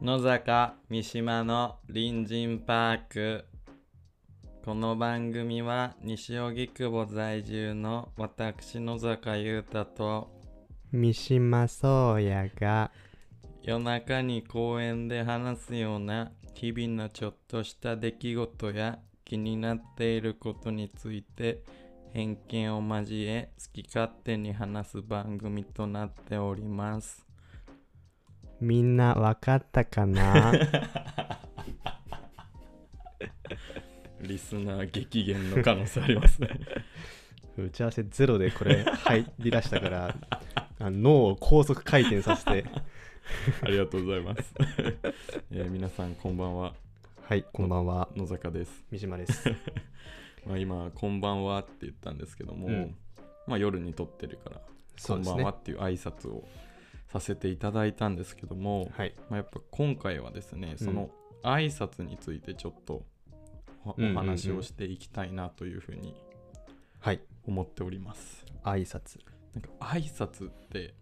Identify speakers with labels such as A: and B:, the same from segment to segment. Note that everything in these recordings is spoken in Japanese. A: 野坂三島の隣人パークこの番組は西荻窪在住の私野坂優太と
B: 三島宗也が
A: 夜中に公園で話すような日々のちょっとした出来事や気になっていることについて偏見を交え好き勝手に話す番組となっております
B: みんなわかったかな
A: リスナー激減の可能性ありますね
B: 打ち合わせゼロでこれ入り出したからあ脳を高速回転させて
A: ありがとうございます えー皆さんこんばんは
B: はいこんばんは
A: 野坂です、
B: 三島です
A: まあ、今こんばんはって言ったんですけども、
B: うん
A: まあ、夜に撮ってるから、こ
B: そうんです
A: ばん
B: ね
A: はっていう挨拶をさせていただいたんですけども、
B: はい
A: まあ、やっぱ今回はですねその挨拶についてちょっとお
B: うんうんうん
A: お話をしていきたいなというふうに
B: はい
A: 思っております、
B: 挨拶
A: なんか挨拶って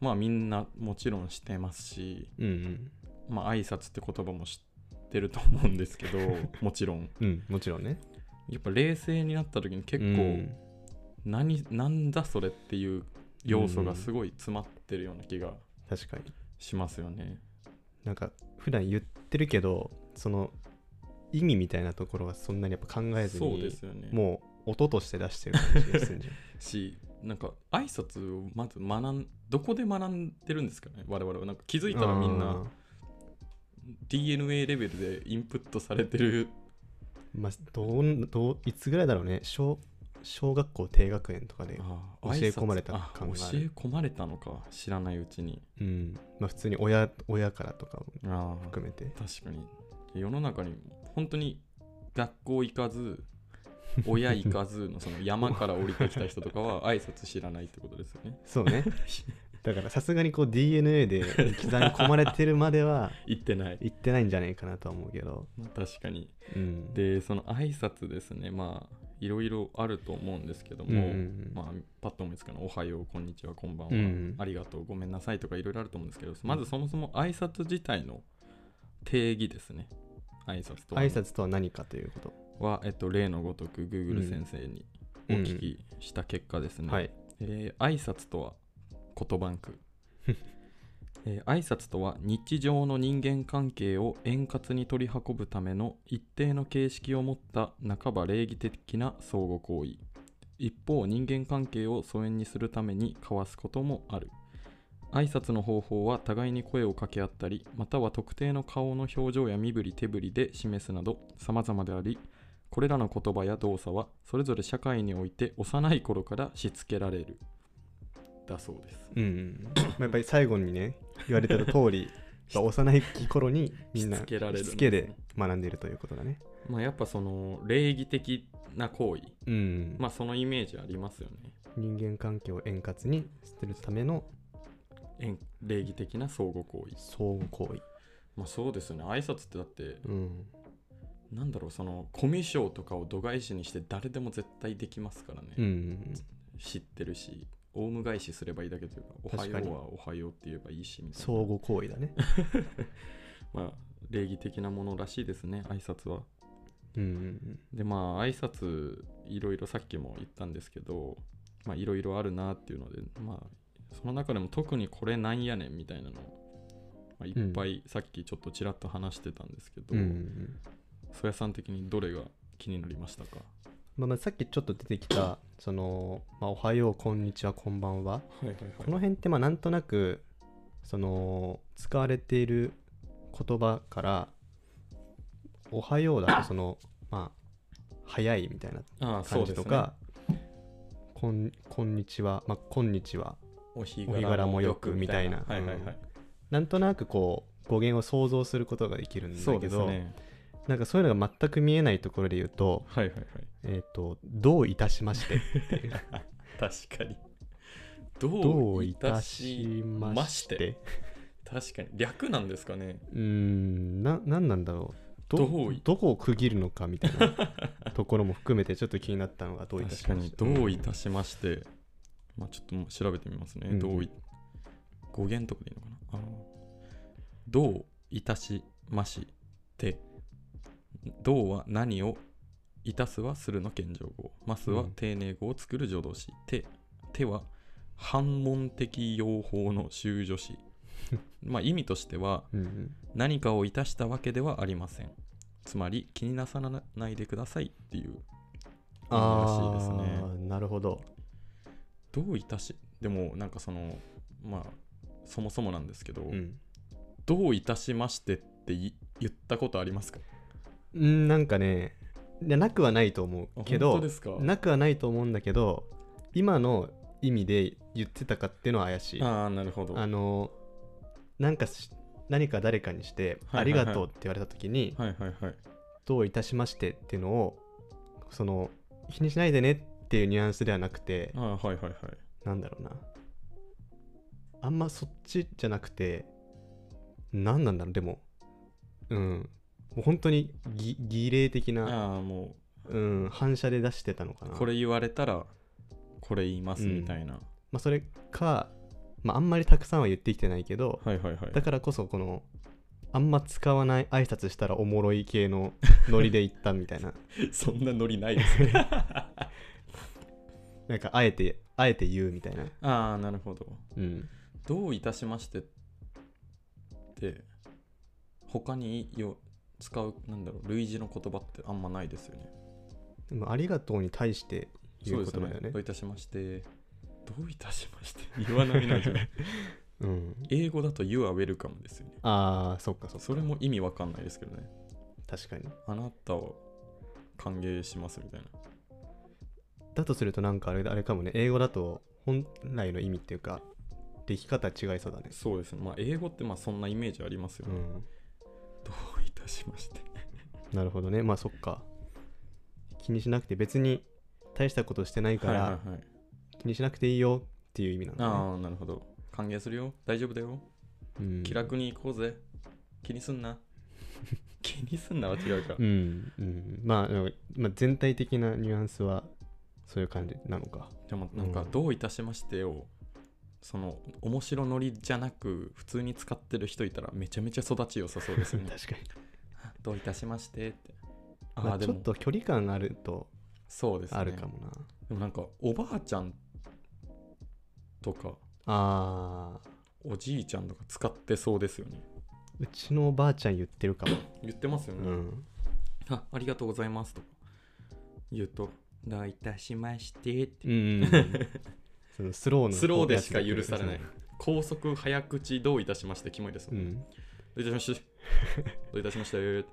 A: まあみんなもちろんしてますし
B: うん
A: まあ挨拶って言葉も知ってると思うんです けどもちろん
B: うんうんもちろんね
A: やっぱ冷静になった時に結
B: う
A: 構
B: ん
A: 何、なんだそれっていう要素がすごい詰まってるような気が
B: 確かに
A: しますよね。
B: なんか普段言ってるけどその意味みたいなところはそんなにやっぱ考えずに
A: そうですよね。
B: もう音として出してる感じがす るんじゃん
A: しなんか挨拶をまず学んどこで学んでるんですかね我々はなんか気づいたらみん
B: あ
A: な
B: ー
A: DNA レベルでインプットされてる
B: まあ、どうどういつぐらいだろうね小小学校低学年とかで、
A: あ
B: 教え
A: 挨拶
B: 込まれた
A: あ
B: 感があ
A: 教
B: る
A: え込まれたのか知らないうちに
B: うんまあ、普通に親親からとかも
A: ああ
B: 含めて
A: 確かに世の中に本当に学校行かず親行かずのその山から降りてきた人とかは挨拶知らないってことですよね
B: そうねだからさすがにこう DNA で刻み込まれてるまでは
A: 行ってない
B: 行ってないんじゃないかなとは思うけど、
A: 確かに
B: うん、
A: でその挨拶ですねまあいろいろあると思うんですけど
B: うんう
A: も、
B: んうん
A: まあ、パッと思いつかない「おはようこんにちはこんばんは、
B: うんうん
A: ありがとうごめんなさい」とかいろいろあると思うんですけどまずそもそも挨拶自体の定義ですね挨拶とは
B: 挨拶とは何かということ、
A: は、えっと、例のごとく Google 先生にお聞きした結果ですね、
B: はい
A: えー挨拶とは言葉んく、 えー挨拶とは日常の人間関係を円滑に取り運ぶための一定の形式を持った半ば礼儀的な相互行為一方人間関係を疎遠にするために交わすこともある挨拶の方法は互いに声を掛け合ったりまたは特定の顔の表情や身振り手振りで示すなど様々でありこれらの言葉や動作はそれぞれ社会において幼い頃からしつけられるだそうです
B: うんうんまあ、やっぱり最後にね言われてた 通り幼い頃にみんな
A: しつけられるんですね
B: しつけで学んでいるということだね、
A: まあやっぱその礼儀的な行為
B: うん
A: まあそのイメージありますよね
B: 人間関係を円滑にするための
A: えん礼儀的な相互行為
B: 相互行為
A: まあそうですよね挨拶ってだって
B: うん
A: なんだろうそのコミュ障とかを度外視にして誰でも絶対できますからね、
B: うん、
A: 知ってるしオウム返しすればいいだけというかおは
B: 確
A: よ
B: かに
A: うはおはようって言えばいいしみたいな
B: 相互行為だね。
A: まあ礼儀的なものらしいですね挨拶は
B: うん、
A: でまあ挨拶いろいろさっきも言ったんですけどまあいろいろあるなっていうのでまあその中でも特にこれなんやねんみたいなのを、まあ、いっぱいさっきちょっとちらっと話してたんですけど、
B: うん
A: 曽谷さん的にどれが気になりましたか
B: まあ、まあさっきちょっと出てきたその、まあ、おはようこんにちはこんばんは
A: はいはい
B: この辺ってまあなんとなくその使われている言葉から「おはよう」だとそのまあ早いみたいな
A: ああそ
B: 感
A: うで
B: じ
A: すね
B: とか「こんこんにちは」まあ「こんにちは
A: お日
B: お日柄もよくみたいな
A: はいはいはい、」
B: なんとなくこう語源を想像することができるんだけど、なんかそういうのが全く見えないところで言うと
A: はいはいはい
B: えっ、と、どういたしましてっていう。
A: 確かに ど
B: ど
A: う
B: う
A: い
B: い
A: た
B: た
A: し
B: し
A: ま
B: ま
A: し
B: してて。
A: 確かに略なんですかね
B: うーん、な、なんなんだろう。ど
A: どうい
B: どこを区切るのかみたい なところも含めてちょっと気になったのがどういた
A: 確
B: し
A: か
B: ま
A: に
B: して。
A: どういたしまして、まあちょっともう調べてみますね、
B: うん
A: どうい語源とかでいいのかなあのどういたしましてどうは何をいたすはするの謙譲語ますは
B: うん
A: 丁寧語を作る助動詞、手手は反問的用法の修助 詞まあ意味としては
B: うんうん
A: 何かをいたしたわけではありませんつまり気になさらないでくださいっていう意味らしいですね
B: あーなるほど
A: どういたしでもなんかそのまあそもそもなんですけど、
B: うん
A: どういたしましてってい言ったことありますか
B: うんなんかねいやなくはないと思うけ
A: 本
B: ど
A: 当ですか
B: なくはないと思うんだけど今の意味で言ってたかっていうのは怪しい
A: ああなるほど
B: あ
A: はい
B: のなんかし何か誰かにして「
A: は
B: あ
A: いはい
B: り
A: はい
B: がとう」って言われた時に
A: はいはい
B: 「どういたしまして」っていうのをその気にしないでねっていうニュアンスではなくて
A: ああはいはいはい
B: なんだろうなあんまそっちじゃなくて何なんだろうでもうんもう本当にぎ儀礼的な、
A: ああも
B: うん、反射で出してたのか
A: う
B: な
A: これ言われたらこれ言います
B: うん
A: みたいな、
B: まあ、それか、まあ、あんまりたくさんは言ってきてないけど、
A: はいはいはい
B: だからこそこのあんま使わない挨拶したらおもろい 系のノリで言ったみたいな
A: そんなノリないですね
B: なんかあえてあえて言うみたいな
A: ああなるほど
B: うん
A: どういたしましてって他によ使うなんだろう類似の言葉ってあんまないですよね
B: でもありがとうに対して言う言葉だよね
A: どういたしましてどういたしまして 言わないないじゃない
B: うん
A: 英語だと You are welcome ですよね
B: ああそっかそっか
A: それも意味わかんないですけどね
B: 確かに
A: あなたを歓迎しますみたいな
B: だとするとなんかあれあれかもね英語だと本来の意味っていうかでき方違いそうだね
A: そうですねまあ英語ってまあそんなイメージありますよ
B: う
A: ね、ど
B: ん
A: ういたしまして
B: なるほどねまあそっか気にしなくて別に大したことしてないか
A: はい
B: ら
A: はいはい
B: 気にしなくていいよっていう意味なんだ、ね
A: ああなるほど歓迎するよ大丈夫だよ
B: うん、
A: 気楽に行こうぜ気にすん な気にすんなは違うか
B: うん、うん、まあでも、まあ、全体的なニュアンスはそういう感じなのか
A: でもなん
B: う
A: か「
B: ん
A: どういたしまして」をその面白ノリじゃなく普通に使ってる人いたらめちゃめちゃ育ちよさそうですよ
B: 確
A: ね
B: かに、
A: 「どういたしまして」ってあ
B: ま
A: あ
B: あ、
A: で
B: ちょっ
A: も
B: と距離感あると
A: そうですね
B: あるかもな、
A: でもなんかおばあちゃんとか
B: あー
A: おじいちゃんとか使ってそうですよね
B: うちのおばあちゃん言ってるかも、
A: 言ってますよ
B: う
A: ね、
B: ん、
A: あありがとうございますとか言うと「どういたしまして」って
B: うんそのスローの
A: スローでしか許されない高速早口どういたしましてキモいですも
B: うん
A: ね、
B: ん
A: どういたしまして。どういたしまして。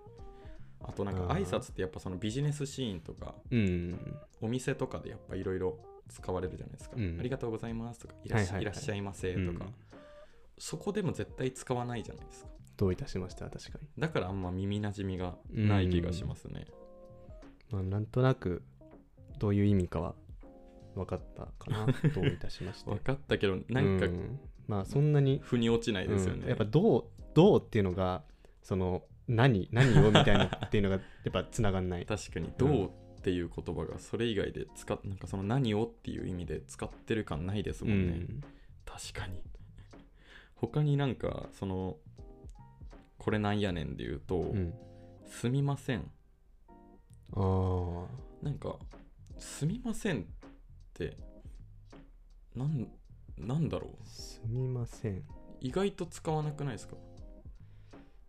A: あとなんか
B: あー
A: 挨拶ってやっぱそのビジネスシーンとか
B: うん
A: お店とかでやっぱいろいろ使われるじゃないですか、
B: うん
A: ありがとうございますとかいらっし,、
B: はいはいはい
A: いらっしゃいませとか、
B: うん
A: そこでも絶対使わないじゃないですか
B: どういたしました確かに、
A: だからあんま耳なじみがない気がしますね、
B: まあ、なんとなくどういう意味かは分かった かなどういたしまして
A: 分かったけど なんか
B: うんまあそんなに
A: 腑に落ちないですよね、
B: うんやっぱどうどうっていうのがその何何をみたいなっ ていうのがやっぱつながんない
A: 確かに「どう」っていう言葉がそれ以外で使っなんかその「何を」っていう意味で使ってる感ないです
B: う
A: もんね、
B: ん
A: 確かに他になんかそのこれなんやねんで言うと、
B: うん
A: すみません
B: あー
A: なんかすみませんってなんなんだろう
B: すみません
A: 意外と使わなくないですか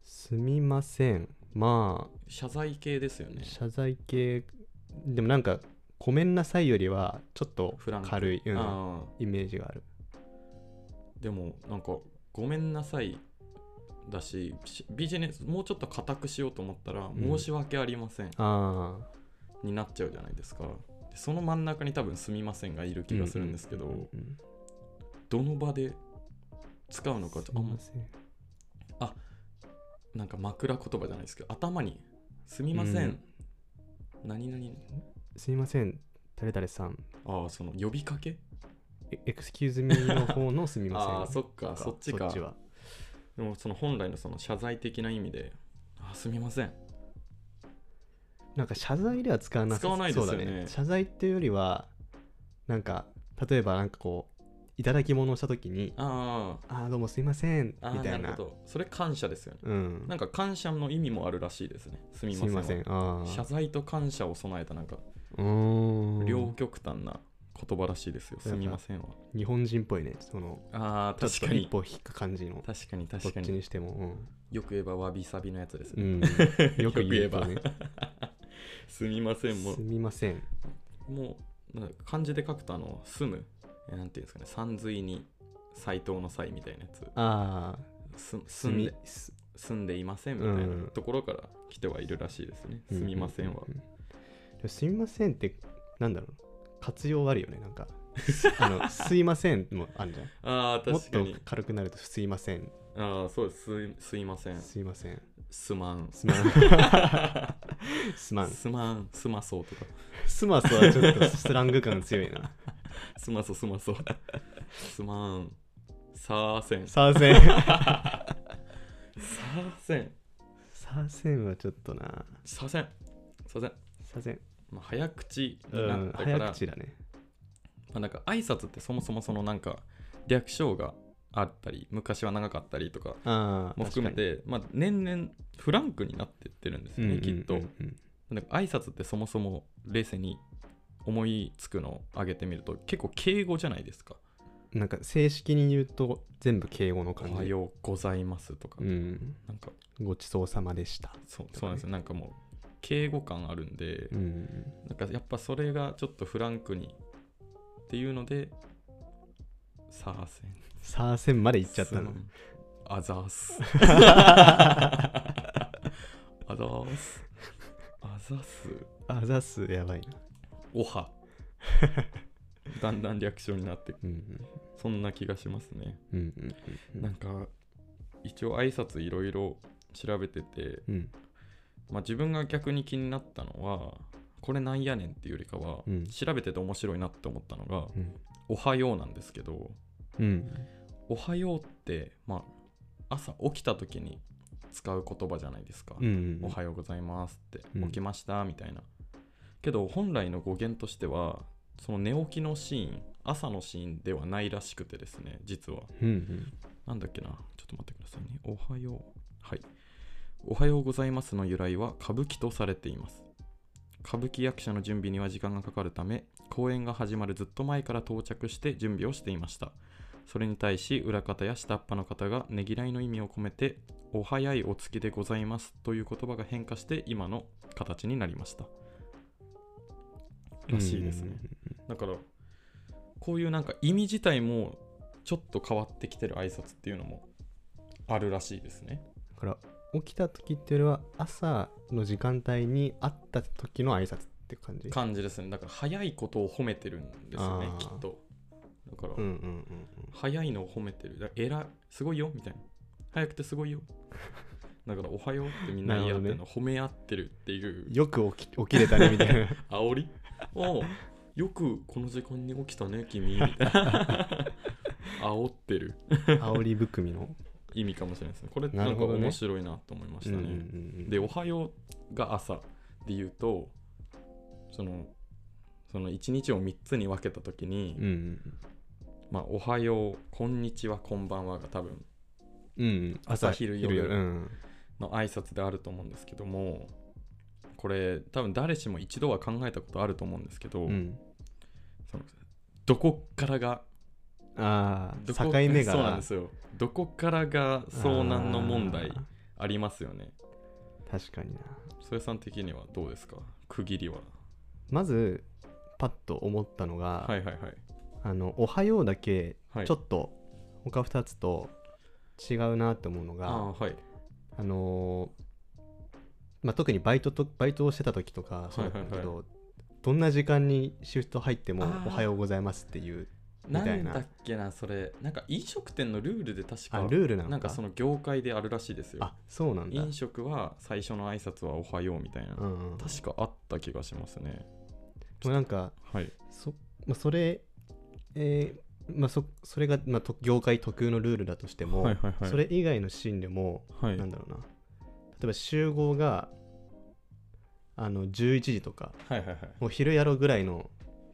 B: すみませんま
A: 謝罪系ですよ
B: あ
A: ね
B: 謝罪系でもなんかごめんなさいよりはちょっと
A: フランク
B: 軽い、うん
A: あ
B: イメージがある
A: ーでもなんかごめんなさいだししビジネスもうちょっと固くしようと思ったら
B: ん
A: 申し訳ありません、
B: ああ
A: になっちゃうじゃないですかでその真ん中に多分すみませんがいる気がするんですけど、
B: うん
A: どの場で使うのか
B: す
A: あ
B: み
A: んま
B: ません
A: なんか枕言葉じゃないですけど頭に「すみません」何々
B: すみません誰々さん
A: ああその呼びかけ
B: エエクスキューズミーの方のすみませ ん
A: あーそっかそっちか
B: は
A: でもその本来のその謝罪的な意味で「あーすみません
B: なんか謝罪では使わなさ
A: 使わないですよね
B: そうだ謝罪っていうよりはなんか例えばなんかこういただき物をした時に
A: あ
B: 「ああどうもすいません」
A: あああ
B: みた
A: ないる
B: な
A: ほどそれ感謝ですよね
B: うん
A: なんか感謝の意味もあるらしいですねすみ
B: すみ
A: ま
B: ま
A: せん
B: せん
A: は
B: あ
A: 謝
B: あ
A: 罪と感謝を備えたなんか
B: うーん
A: 両極端な言葉らしいですよ
B: だか
A: す
B: ら
A: みませんは
B: 日本人っぽいねその
A: あー
B: ちょっ
A: 確
B: と
A: か
B: 一
A: に
B: 歩引く感じの
A: 確かに
B: ど
A: 確
B: っ
A: か
B: ち
A: に
B: にしても
A: よく言えばわびさびのやつです
B: う
A: ね、
B: ん、うん、よく言 えばね
A: すみませんも
B: すみません
A: もうなんか漢字で書くとあの「住む」えなんていうんですかね「さんずいに斎藤の際」みたいなやつ
B: ああ
A: す「
B: す
A: 住ん
B: み
A: で住んでいません」みたい
B: うん
A: なところから来てはいるらしいですね「
B: う
A: すみません」は
B: う。うすみませんってなんだろう活用あるよね なんかあのすいませんもあるじゃん
A: ああ
B: もっ
A: 確か
B: と
A: に
B: 軽くなるとすいません
A: ああそうですすいすいません
B: すいません
A: すまん
B: すまんすまん
A: すまんすまそうとか
B: すまそうはちょっとスラング感強 いな
A: すまそうすまそうすまんさあせんさ
B: サーセン
A: あせん
B: サーセンはちょっとな
A: さあせんさあせん
B: サーセン
A: まあ、早口
B: う
A: になっ
B: ん
A: たから、
B: 早口だね
A: まあ、なんか挨拶ってそもそもそのなんか略称があったり昔は長かったりとか
B: ああ
A: も含めて、まあ、年々フランクになってってるんですよね、きっとなんか挨拶ってそもそも冷静に思いつくのを挙げてみると結構敬語じゃないですか
B: なんか正式に言うと全部敬語
A: 「
B: の
A: お
B: 感じ
A: はようございます」とか、
B: うん
A: なんか
B: ごちそうさまでした
A: そうそうなんですよなんかもう敬語感あるんで、
B: うん
A: なんかやっぱそれがちょっとフランクにっていうのでさあせん
B: サーセンまで行っちゃっ
A: す
B: た
A: ま
B: の
A: んあざーすあざーすあざーす
B: あざっすやばいな
A: おはだんだん略称になってく
B: うん
A: そんな気がしますね
B: うんうんうんうん
A: なんか一応挨拶いろいろ調べてて、
B: うん
A: まあ、自分が逆に気になったのはこれなんやねんっていうよりかは、
B: うん
A: 調べてて面白いなって思ったのが
B: うん
A: 「おはよう」なんですけど
B: うん
A: 「おはよう」って、まあ、朝起きた時に使う言葉じゃないですか、
B: うん
A: おはようございますって、
B: うん
A: 起きましたみたいな。けど本来の語源としては、その寝起きのシーン、朝のシーンではないらしくてですね、実は。
B: うんうん
A: なんだっけな、ちょっと待ってくださいね。おはよう。はい。おはようございますの由来は歌舞伎とされています。歌舞伎役者の準備には時間がかかるため、公演が始まるずっと前から到着して準備をしていました。それに対し、裏方や下っ端の方がねぎらいの意味を込めて、お早いお月でございますという言葉が変化して、今の形になりました。らしいですね。だからこういうなんか意味自体もちょっと変わってきてる挨拶っていうのもあるらしいですね。
B: だから起きた時っていうよりは朝の時間帯に会った時の挨拶っていう感じ
A: 感じですね。だから早いことを褒めてるんですよね
B: あー
A: きっと。だから、
B: うんうんうん
A: 早いのを褒めてる。だから偉いすごいよみたいな。早くてすごいよ。だからおはようってみんな言い合ってる
B: な
A: の褒め合ってるっていう
B: うんよく起き起きれたねみた いな
A: 煽 りをよくこの時間に起きたね君みたいな 煽ってる
B: 煽り含みの
A: 意味かもしれないですね。これ
B: な
A: な
B: る
A: んか
B: ほどね
A: 面白いなと思いましたね。で、おはようが朝で言うと、その、その1日を3つに分けたときに、
B: うんうん
A: まあ、おはよう、こんにちは、こんばんはが多分
B: うんうん
A: 朝昼夜
B: うん
A: の挨拶であると思うんですけども、これ多分誰しも一度は考えたことあると思うんですけど、
B: うん
A: そのどこからが、
B: ああ
A: どこ
B: 境目が
A: そうなんですよ。どこからが遭難の問題
B: あ
A: ありますよね。
B: ー確かにな
A: そやさん的にはどうですか区切りは。
B: まずパッと思ったのが、
A: はいはいはい。
B: あの「おはよう」だけ
A: はい、
B: ちょっと他2つと違うなって思うのが、
A: あーはい。
B: あのーまあ、特にバイトとバイトをしてた時とかそうだったんだけど、
A: は
B: どんな時間にシフト入っても
A: あ
B: 「
A: ー
B: おはようございます」っていうみ
A: な
B: たい
A: ん
B: な
A: だっけな、それ。なんか飲食店のルールで確
B: あ
A: か、
B: ルールなのか
A: なんかその業界であるらしいですよ。
B: あそうなんだ
A: 飲食は最初の挨拶はおはようみたいな。
B: うんうん、で
A: 確かあった気がしますね。
B: もなんか
A: はい。
B: そ,、まあ、それ、えーまあ、そそれが、まあ、と業界特有のルールだとしても、
A: はいはいはい。
B: それ以外のシーンでも、
A: はい、
B: なんだろうな例えば集合があの11時とか
A: はいはいはい。
B: もう昼やろうぐらいの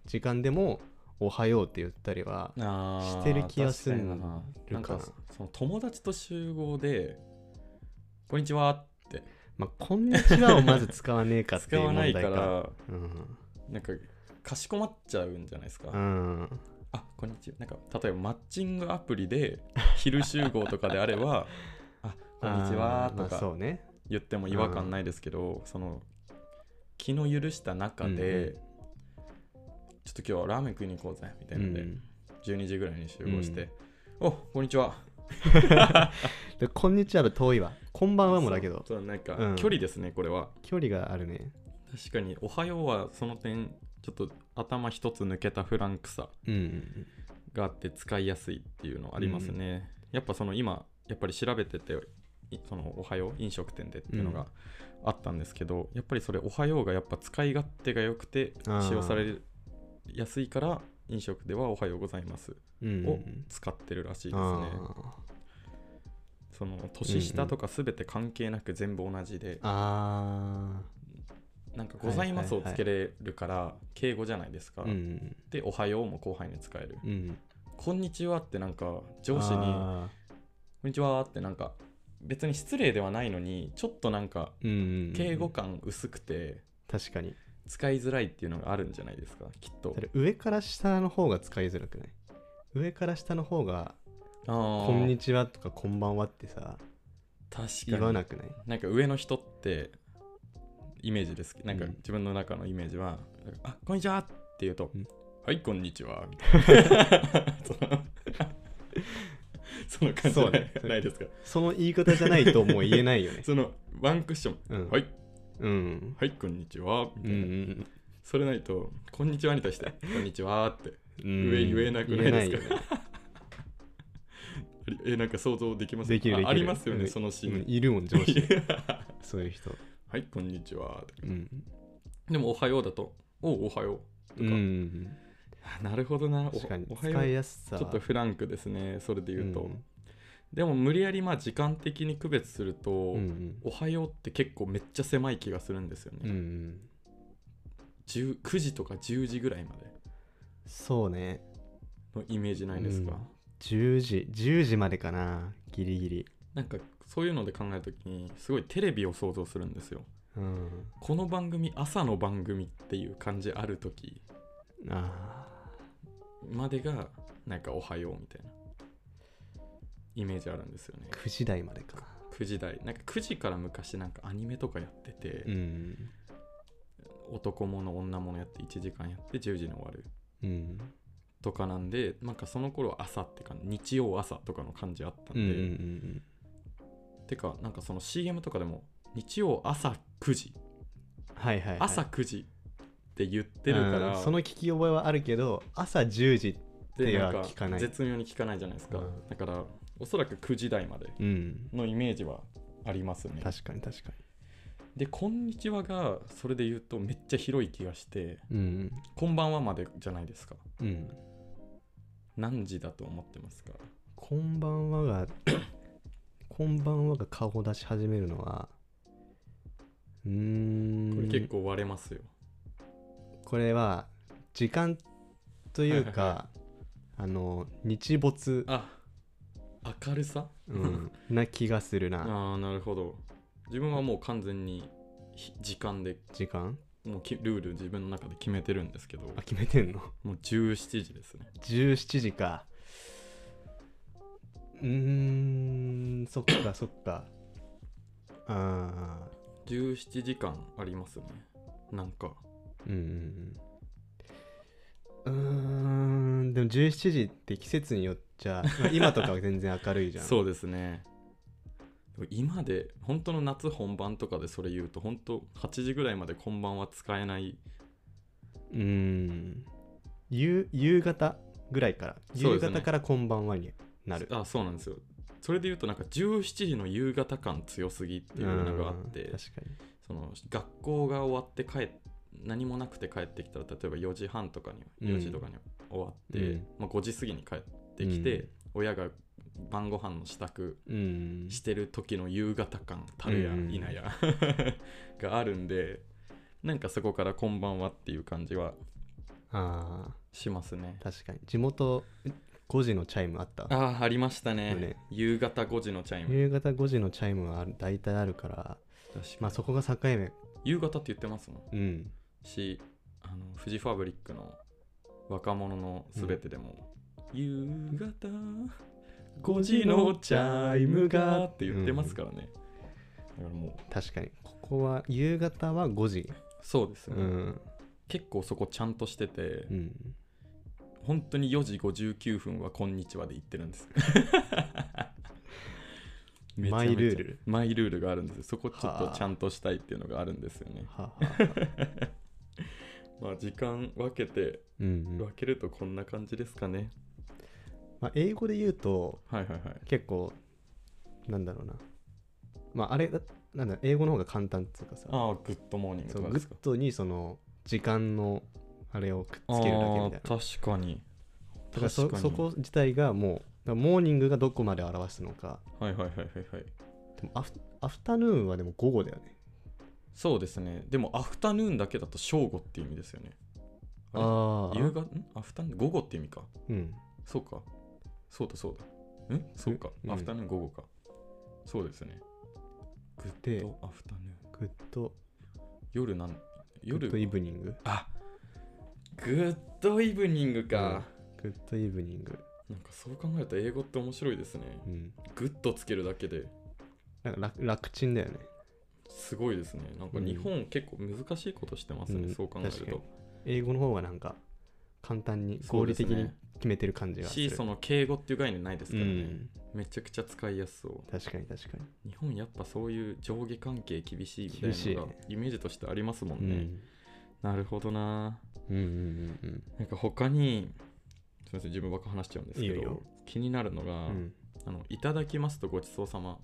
B: 時間でもおはようって言ったりは、
A: あー
B: してる気がする
A: 確かにな
B: るか
A: な
B: なん
A: かその友達と集合で「こんにちは」って
B: まあ、こんにちはをまず使わねえかって
A: 使
B: いう
A: わ
B: 問
A: な
B: 題
A: い
B: か。
A: から
B: うん。
A: なんかかしこまっちゃうんじゃないですか、
B: うん。
A: あこんにちはなんか例えばマッチングアプリで昼集合とかであれ ば「あこんにちは
B: あ」ー
A: と
B: まあ
A: か
B: そうね。
A: 言っても違和感ないですけど、その気の許した中で、
B: うん
A: ちょっと今日はラーメン食いに行こうぜみた
B: う
A: いなので、
B: ん、
A: 12時ぐらいに集合して「おこんにちは」
B: でこんにちはと遠いわ。こんばんはもだけど、
A: そうそうなんか
B: うん
A: 距離ですね、これは
B: 距離があるね。
A: 確かに「おはよう」はその点ちょっと頭一つ抜けたフランクさ
B: うん。
A: があって使いやすいっていうのありますね、やっぱその今やっぱり調べてていその「おはよう」飲食店でっていうのがあったんですけど、やっぱりそれ「おはよう」がやっぱ使い勝手が良くて
B: あー
A: 使用されやすいから飲食では「おはようございます
B: うんうん」
A: を使ってるらしいですね、
B: あ
A: その年下とか全て関係なく全部同じで、
B: ーあ
A: なんか「ございます」をつけれるから敬語じゃないですか、
B: ー。うん。
A: で「おはよう」も後輩に使える「
B: うん。
A: こんにちは」ってなんか上司に「
B: あ
A: こんにちは」ってなんか別に失礼ではないのにちょっとなんか
B: ーうん。
A: 敬語感薄くて
B: 確かに。
A: 使いづらいっていうのがあるんじゃないですかきっと
B: それ上から下の方が使いづらくない上から下の方が、
A: あー
B: こんにちはとかこんばんはってさ、
A: 確
B: 言
A: か
B: わ
A: に
B: なくない
A: なんか上の人ってイメージですけどなんか
B: うん
A: 自分の中のイメージは「あこんにちは」って言うと
B: うん
A: 「はいこんにちは」みたい な そのその感じ
B: そうね
A: ないですか。
B: その言い方じゃないともう言えないよね
A: そのワンクッション、
B: うん。
A: はい、
B: うん。
A: はい、こんにちは、み
B: う
A: たいな。
B: ん。
A: それないと、こんにちはに対して、こんにちはって、
B: うん
A: 上言えなくないですか
B: 言えよね
A: ありえ、なんか想像できます
B: できるできる
A: あありますよね、
B: うん
A: そのシ
B: うん
A: ーン。
B: いるもん、上司。
A: は
B: そういう人。
A: い、こんにち はって。
B: うん。
A: でも、おはようだと、おうおはようとか。
B: うん。
A: あなるほどな、お
B: 確かに
A: お。は
B: 使い
A: よう。
B: やすさ。
A: ちょっとフランクですね、それで言うと。
B: うん
A: でも、無理やりまあ時間的に区別すると、
B: うん
A: おはようって結構めっちゃ狭い気がするんですよ
B: うん。う
A: ね。
B: ん。
A: 10 9時とか10時ぐらいまで
B: そうね。
A: のイメージないですか、
B: うん10時、10時までかな。ギリギリ。
A: なんかそういうので考えるときにすごいテレビを想像するんですよ
B: うん。
A: この番組朝の番組っていう感じある時
B: あ
A: までがなんかおはようみたいなイメージあるんですよね
B: あ。9時台までかな。
A: 9時台なんか9時から昔なんかアニメとかやってて、
B: うん。
A: 男もの女ものやって1時間やって10時に終わる
B: うん。
A: とかなんでなんかその頃は朝って感じ日曜朝とかの感じあったん
B: う
A: で、
B: んうん
A: てかなんかその CM とかでも日曜朝9時
B: はいはいはい。
A: 朝9時って言ってるから、
B: うんその聞き覚えはあるけど、朝10時。
A: で
B: 手
A: な
B: は
A: んか
B: 聞かない
A: 絶妙に聞かないじゃないですか、
B: うん
A: だからおそらく9時台まで
B: うん。
A: のイメージはありますね
B: 確かに確か
A: で「こんにちは」がそれで言うとめっちゃ広い気がして
B: に。うん。
A: 「こんばんは」までじゃないですか
B: うん。
A: 何時だと思ってますか
B: こんばんはが、 こんばんはが顔を出し始めるのは、うーん、
A: これ結構割れますよ、
B: これは、時間というか、
A: はい
B: あの、日没、
A: あ明るさ
B: うん、な気がするな、
A: ああなるほど自分はもう完全にひ時間で
B: 時間
A: もうきルール自分の中で決めてるんですけど
B: あ、決めてんの
A: もう17時ですね
B: ?17 時か。うーん、そっかそっか。ああ、
A: 17時間ありますねなんか
B: うんうんうんうーんでも17時って季節によっちゃまあ今とかは全然明るいじゃん
A: そうですねでも今で本当の夏本番とかでそれ言うと本当8時ぐらいまでこんばんは使えない
B: うん夕夕方ぐらいから
A: そうで
B: 夕
A: すね
B: 方からこんばんはになる
A: あそうなんですよそれで言うとなんか17時の夕方感強すぎっていうのがあって
B: うん確かに
A: その学校が終わって帰っ何もなくて帰ってきたら例えば4時半とかに
B: うん
A: 4時とかに終わって、
B: うん
A: まあ、5時過ぎに帰ってきて、
B: うん
A: 親が晩ご飯の支度
B: うん
A: してる時の夕方感たるや
B: うん
A: いなや があるんでなんかそこから「こんばんは」っていう感じは
B: あ
A: しますね
B: あ、確かに。地元5時のチャイムあった。
A: ああありましたね
B: ね
A: 夕方5時のチャイム
B: 夕方5時のチャイムはある大体あるから、
A: 確かに
B: まあそこが境目。
A: 夕方って言ってますもん
B: うん。
A: しあのフジファブリックの「若者のすべて」でも、夕方5時のチャイムが」って言ってますからね、だからもう
B: 確かに。ここは、夕方は5時。
A: そうです
B: う
A: ね、
B: ん。
A: 結構そこちゃんとしてて、
B: うん。
A: 本当に4時59分は「こんにちは」で言ってるんです めちゃめちゃ
B: マイルール
A: マイルールがあるんですよそこちょっ
B: は
A: と
B: あ
A: ちゃんとしたいっていうのがあるんですよね
B: はあはあはあ
A: まあ時間分けて
B: うんうん
A: 分けるとこんな感じですかね、
B: まあ、英語で言うと、
A: はいはいはい
B: 結構、なんだろうな。まあ、あれ、なんだ、英語の方が簡単っていうかさ、
A: ああグッドモーニング
B: そ
A: と
B: う
A: か
B: グ
A: です
B: ッ
A: か
B: ドにその、時間の、あれをくっつけるだけみたいな。
A: あー確かに
B: だからそ
A: 確かに
B: そこ自体がもうだからモーニングがどこまで表すのか
A: はいはいはいはいはい
B: でもアフアフタヌーンはでも午後だよね
A: そうですねでもアフタヌーンだけだと正午っていう意味ですよねあれ
B: あ
A: 夕方んアフタヌーン午後って意味か
B: うん
A: そうかそうだそうだんそうか
B: うん
A: アフタヌーン午後かそうですねグッ
B: で
A: ドアフタヌーン
B: グッド
A: 夜なん
B: グ
A: 夜
B: ッドイブニング
A: あグッドイブニングか、
B: グッドイブニング
A: なんかそう考えると英語って面白いですね
B: うん
A: グッドつけるだけで
B: なんか楽楽ちんだよね
A: すごいですねなんか日本結構難しいことしてますね、
B: うん
A: そう考える
B: 確か
A: と
B: に英語の方がなんか簡単に
A: そ
B: 合
A: うで
B: 理
A: すね
B: 的に決めてる感じがする
A: しその敬語っていう概念ないですか
B: う
A: らね、
B: ん
A: めちゃくちゃ使いやすそ
B: 確かに確かに、
A: う日本やっぱそういう上下関係厳しいみたい
B: 厳しい
A: なのがイメージとしてありますも
B: うん
A: んね、なるほどな
B: うんうんうん
A: なんか他にすみません自分ばっか話しちゃうんですけど
B: いいよいいよ
A: 気になるのが、
B: うん
A: あの「いただきます」と「ごちそうさま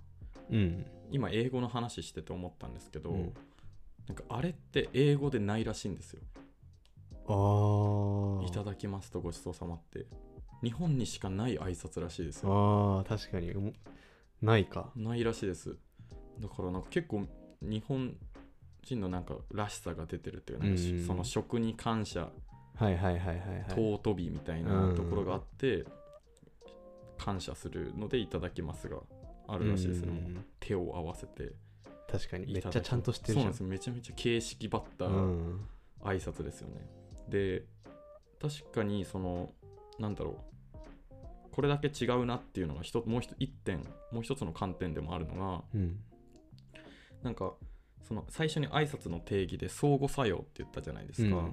B: うん」
A: 今英語の話してて思ったんですけど、
B: うん
A: なんかあれって英語でないらしいんですよ
B: ああ
A: いただきますとごちそうさまって。日本にしかない挨拶らしいですよ。
B: あー確かにうんないか
A: ないらしいです。だからなんか結構日本人のなんからしさが出てるっていうかなんかし
B: うん
A: その食に感謝、
B: はいはいはいはいはい
A: 尊びみたいな
B: うん
A: ところがあって、感謝するのでいただきますがあるらしいですね。
B: うんうんう
A: も
B: ん
A: う手を合わせて。
B: 確かにめっ
A: いた
B: ち
A: だ
B: ゃ
A: きます
B: ちゃんとして
A: そう
B: るじ
A: な
B: ゃ
A: ん
B: ん
A: ですよ。めちゃめちゃ形式ばった
B: うん
A: 挨拶ですよね。で、確かにその、なんだろう、これだけ違うなっていうのが一つもう一一点、もう一つの観点でもあるのが、
B: うん
A: なんか、その最初に挨拶の定義で相互作用って言ったじゃないですか、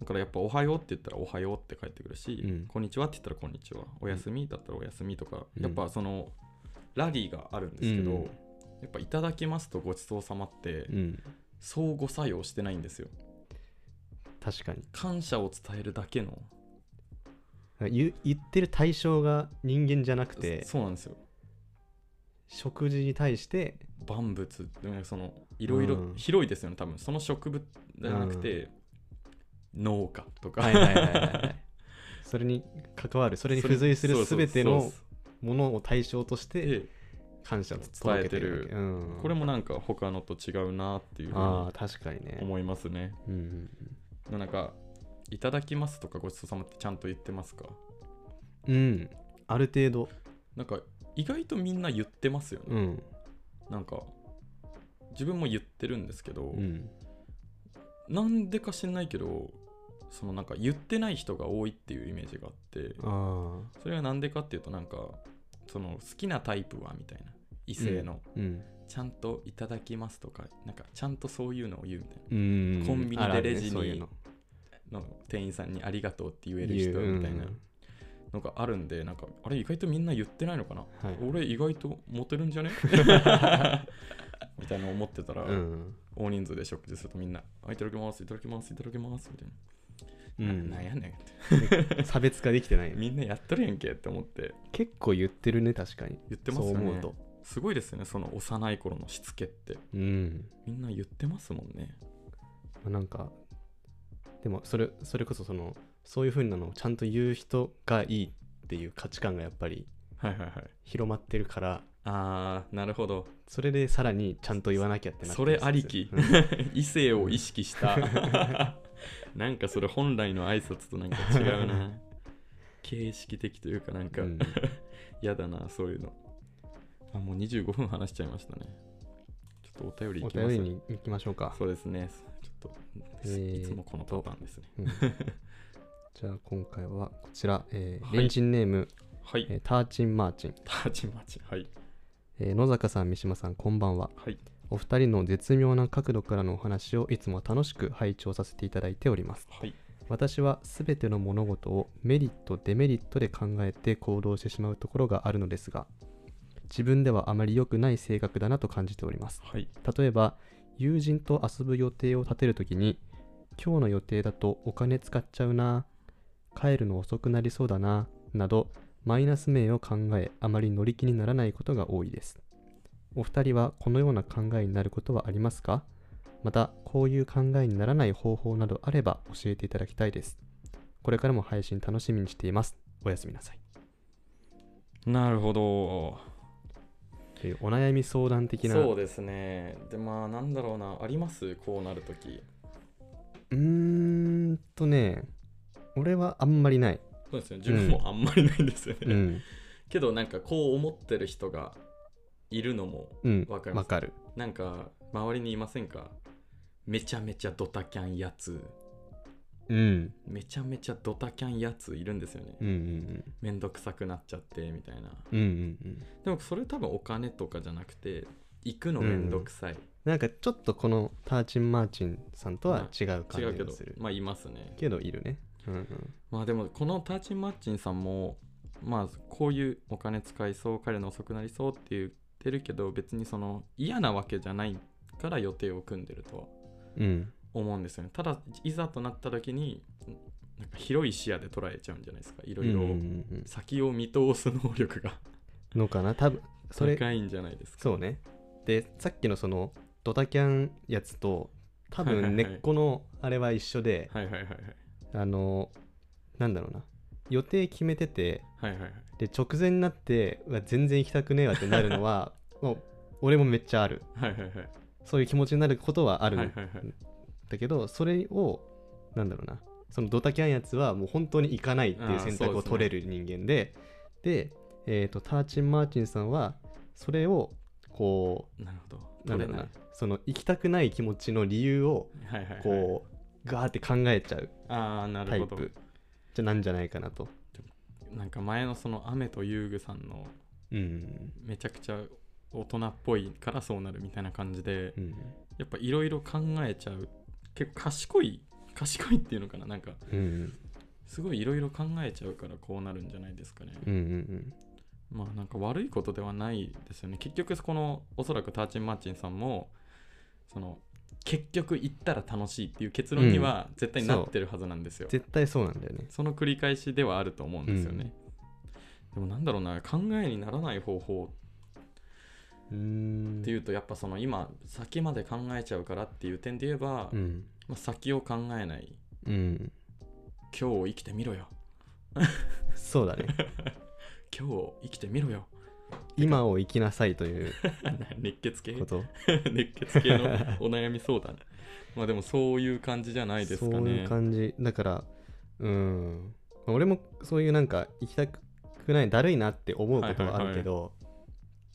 A: だからやっぱ「おはよう」って言ったら「おはよう」って返ってくるし「
B: うん
A: こんにちは」って言ったら「こんにちは」「おやすみ」だったら「おやすみ」とか、
B: うん
A: やっぱそのラリーがあるんですけど、
B: うん
A: やっぱ「いただきます」と「ごちそうさま」って
B: うん
A: 相互作用してないんですよ
B: 確かに
A: 感謝を伝えるだけの
B: 言言ってる対象が人間じゃなくて
A: そそうなんですよ
B: 食事に対して
A: 万物うんそのいろいろ
B: うん
A: 広いですよね多分その植物じゃなくて、農家とか、
B: はいはいはいはいはいそれに関わるそれに付随する
A: そうそう
B: 全て
A: そう
B: の
A: です
B: ものを対象として
A: で
B: 感謝を届けてるわ
A: 伝えて
B: け
A: る
B: うん
A: これもなんか他のと違うなっていうふう
B: あ
A: に
B: あ確かにね
A: 思いますね
B: うんうん
A: なんか「いただきます」とか「ごちそうさま」ってちゃんと言ってますか
B: うんうんある程度
A: なんか意外とみんな言ってますよね、
B: うん
A: なんか自分も言ってるんですけど、
B: うん
A: なんでか知んないけどそのなんか言ってない人が多いっていうイメージがあって
B: ああ
A: それはなんでかっていうとなんかその好きなタイプはみたいな異性の、
B: うん
A: ちゃんといただきますとかなんかちゃんとそういうのを言うみたい
B: うん
A: コンビニで
B: あるあるね
A: レジに
B: そういうの
A: なの店員さんにありがとうって言える人みたいな
B: 言う
A: のがあるんでなんかあれ意外とみんな言ってないのかな
B: うんはい
A: 俺意外とモテるん じゃねみたいな思ってたら、
B: うん
A: 大人数で食事するとみんな「あいただきますいただきますいただきます」みたいな
B: う
A: 「なんやねん」って
B: 差別化できてないよね
A: みんなやっとるやんけって思って
B: 結構言ってるね確かに
A: 言ってますよね
B: そう思うと
A: すごいですよねその幼い頃のしつけって
B: うん
A: みんな言ってますもんね
B: まあなんかでもそれそれこそそのそういう風なのをちゃんと言う人がいいっていう価値観がやっぱり
A: はいはいはい
B: 広まってるから
A: あーなるほど
B: それ でさらにちゃんと言わなきゃってなって
A: それありき
B: うん
A: 異性を意識した なんかそれ本来の挨拶となんか違うな 形式的というかなんか
B: うん
A: 嫌だなそういうのあもう25分話しちゃいましたねちょっとお便りい
B: お
A: きます
B: 便りに行きましょうか。
A: そうですねちょっと、
B: えー
A: いつもこのパターンですね
B: うんじゃあ今回はこちら、えー
A: はい
B: レンチンネーム、
A: はい、
B: えーターチンマーチン、
A: たちまちはい
B: えー野坂さん、三島さん、こんばんは。
A: はい
B: お二人の絶妙な角度からのお話をいつも楽しく拝聴させていただいております。
A: はい
B: 私は全ての物事をメリットデメリットで考えて行動してしまうところがあるのですが自分ではあまり良くない性格だなと感じております
A: はい
B: 例えば友人と遊ぶ予定を立てるときに今日の予定だとお金使っちゃうな帰るの遅くなりそうだななどマイナス面を考えあまり乗り気にならないことが多いですお二人はこのような考えになることはありますかまたこういう考えにならない方法などあれば教えていただきたいですこれからも配信楽しみにしていますおやすみなさい
A: なるほど
B: というお悩み相談的な
A: そうですねでまあなんだろうなありますこうなるとき
B: うーんとね俺はあんまりない
A: そうですね自分もあんまりないんですよね、
B: うん
A: けどなんかこう思ってる人がいるのも
B: うん、
A: わかります
B: わかる。
A: なんか周りにいませんかめちゃめちゃドタキャンやつ
B: うん。
A: めちゃめちゃドタキャンやついるんですよね
B: うんうん
A: めんどくさくなっちゃってみたいな
B: うん。うんうんうん。
A: でもそれ多分お金とかじゃなくて行くのめんどくさい、
B: なんかちょっとこのターチン・マーチンさんとは違う
A: 違
B: 感
A: う
B: じ
A: け
B: が
A: ど
B: する。
A: まあいますね
B: けどいるね。うんうん。
A: まあでもこのターチンマッチンさんもまあこういうお金使いそう彼の遅くなりそうって言ってるけど別にその嫌なわけじゃないから予定を組んでるとは
B: うん。
A: 思うんですよねただいざとなった時になんか広い視野で捉えちゃうんじゃないですかいろい
B: うんうん
A: ろ
B: うん
A: 先を見通す能力が
B: のかな多分それ、
A: 高いんじゃないですか
B: そうね。で、さっきのそのドタキャンやつと多
A: はいはい
B: 分
A: は
B: 根
A: い
B: っこのあれは一緒で、
A: はいはいはいはい
B: あの、なんだろうな。予定決めてて、
A: はいはいはい
B: で、直前になって、うわ全然行きたくねえわってなるのは、 もう俺もめっちゃある。
A: はいはいはい
B: そういう気持ちになることはある
A: は
B: の
A: いはいはい
B: だけどそれをなんだろうなそのドタキャンやつはもう本当に行かないっていう選択
A: あーそうで
B: を
A: すね
B: 取れる人間ででえー、とターチン・マーチンさんはそれをこ
A: なるほど
B: うな
A: 取
B: んだ
A: れ
B: ろう
A: ない
B: なその行きたくない気持ちの理由を
A: はいはいはい
B: こうガーって考えちゃう
A: ああな
B: タ
A: る
B: イ
A: ほど
B: プじゃなんじゃないかなと。
A: なんか前のその雨と遊具さんの
B: うん
A: めちゃくちゃ大人っぽいからそうなるみたいな感じで
B: うん
A: やっぱいろいろ考えちゃう結構賢い賢いっていうのかななんか
B: うん
A: すごいいろいろ考えちゃうからこうなるんじゃないですかね、
B: うんうん
A: まあなんか悪いことではないですよね結局このおそらくターチン・マーチンさんもその結局行ったら楽しいっていう結論には絶対なってるはずなんですよ、
B: 絶対そうなんだよね。
A: その繰り返しではあると思うんですよね、でもなんだろうな考えにならない方法
B: うーん
A: っていうとやっぱその今先まで考えちゃうからっていう点で言えば、
B: うん
A: まあ先を考えない
B: うん
A: 今日を生きてみろよ
B: そうだね。
A: 今日を生きてみろ よ
B: 今を生きなさいという
A: 熱血系
B: こと。
A: 熱血系のお悩み相談まあでもそういう感じじゃないですかね
B: そういう感じだからうん俺もそういうなんか行きたくないだるいなって思うことはあるけど、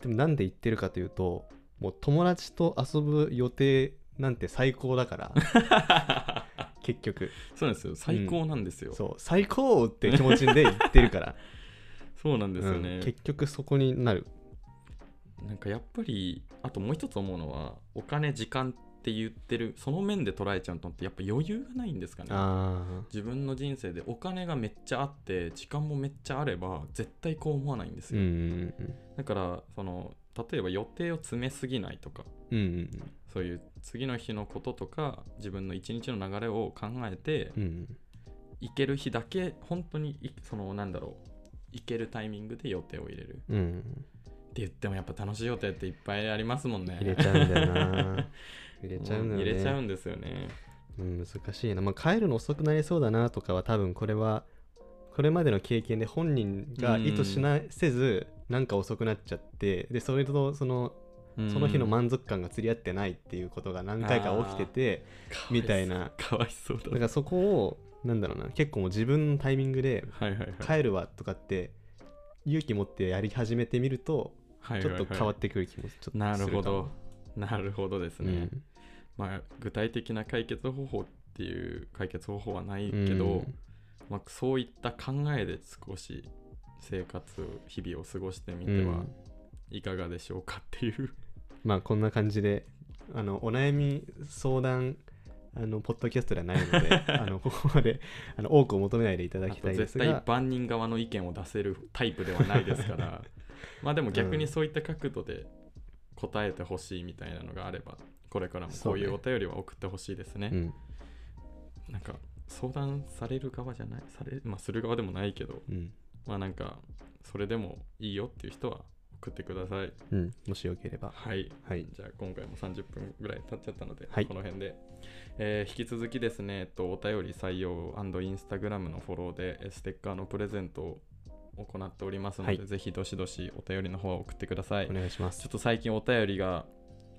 B: でもなんで行ってるかというともう友達と遊ぶ予定なんて最高だから 結局
A: そうなんですよ最高なんですよ、
B: そう最高って気持ちで行ってるから、
A: そうなんですよね、
B: うん結局そこになる
A: なんかやっぱりあともう一つ思うのはお金時間って言ってるその面で捉えちゃうのってやっぱ余裕がないんですかね
B: あ
A: 自分の人生でお金がめっちゃあって時間もめっちゃあれば絶対こう思わないんです
B: ーう
A: よ、
B: ん
A: だからその例えば予定を詰めすぎないとか
B: うんうん
A: そういう次の日のこととか自分の一日の流れを考えて
B: うんうん
A: 行ける日だけ本当にいそのなんだろう行けるタイミングで予定を入れるって
B: う んうん
A: 言ってもやっぱ楽しい予定っていっぱいありますもんね
B: 入れちゃうんだよな入れちゃうんだよね
A: 入れちゃうんですよね
B: うん、難しいな、まあ、帰るの遅くなりそうだなとかは多分これはこれまでの経験で本人が意図しなせずなんか遅くなっちゃってでそれとその
A: うん
B: その日の満足感が釣り合ってないっていうことが何回か起きててみたいな
A: かわいそうだ
B: だからそこをなんだろうな結構もう自分のタイミングで
A: はいはいはい
B: 帰るわとかって勇気持ってやり始めてみると
A: はい
B: ちょっと変わっててくる気もちょっとするかも
A: なるほどなるほどです
B: う
A: ね、
B: ん
A: まあ具体的な解決方法っていう解決方法はないけど、
B: うん
A: まあ、そういった考えで少し生活日々を過ごしてみて
B: う
A: は
B: ん
A: いかがでしょうかって いう、
B: まあこんな感じであのお悩み相談あのポッドキャストではないの であのここまであの多くを求めないでいただ
A: あ
B: き
A: と
B: たいです
A: 絶対
B: が
A: 万人側の意見を出せるタイプではないですから まあでも逆にそういった角度で答えてほしいみたいなのがあればこれからもこういう
B: そう
A: お
B: ね
A: 便りは送ってほしいですね
B: うん
A: なんか相談される側じゃないされ、まあ、する側でもないけど
B: うん
A: まあなんかそれでもいいよっていう人は送ってください
B: うんもしよければ
A: はい
B: はい
A: じゃあ今回も30分ぐらい経っちゃったので、
B: はい
A: この辺で、えー引き続きですね、えっと、お便り採用インスタグラムのフォローでえーステッカーのプレゼントを行っておりますので、
B: は
A: ぜひどしどしお便りの方を送ってください
B: お
A: ちょ
B: 願いします
A: っと最近お便りが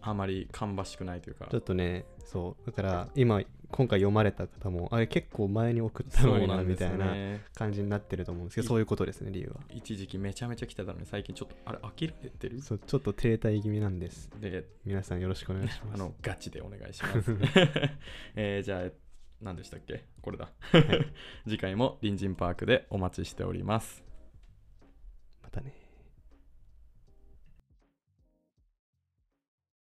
A: あまり芳しくないというか
B: ちょっとねそうだから今今回読まれた方もあれ結構前に送った
A: そ
B: の
A: う
B: に
A: な
B: なん
A: で
B: み
A: す
B: た
A: よ
B: いな
A: ね
B: 感じになってると思うんですけ
A: い
B: どそういうことですね理由は
A: 一時期めちゃめちゃ来てたのに最近ちょっとあれ呆れてる
B: そうちょっと停滞気味なんです
A: で
B: 皆さんよろしくお願いし
A: あ
B: ます
A: のガチでお願いします。 えーじゃあ、 え何でしたっけこれだ。次回も隣人パークでお待ちしております。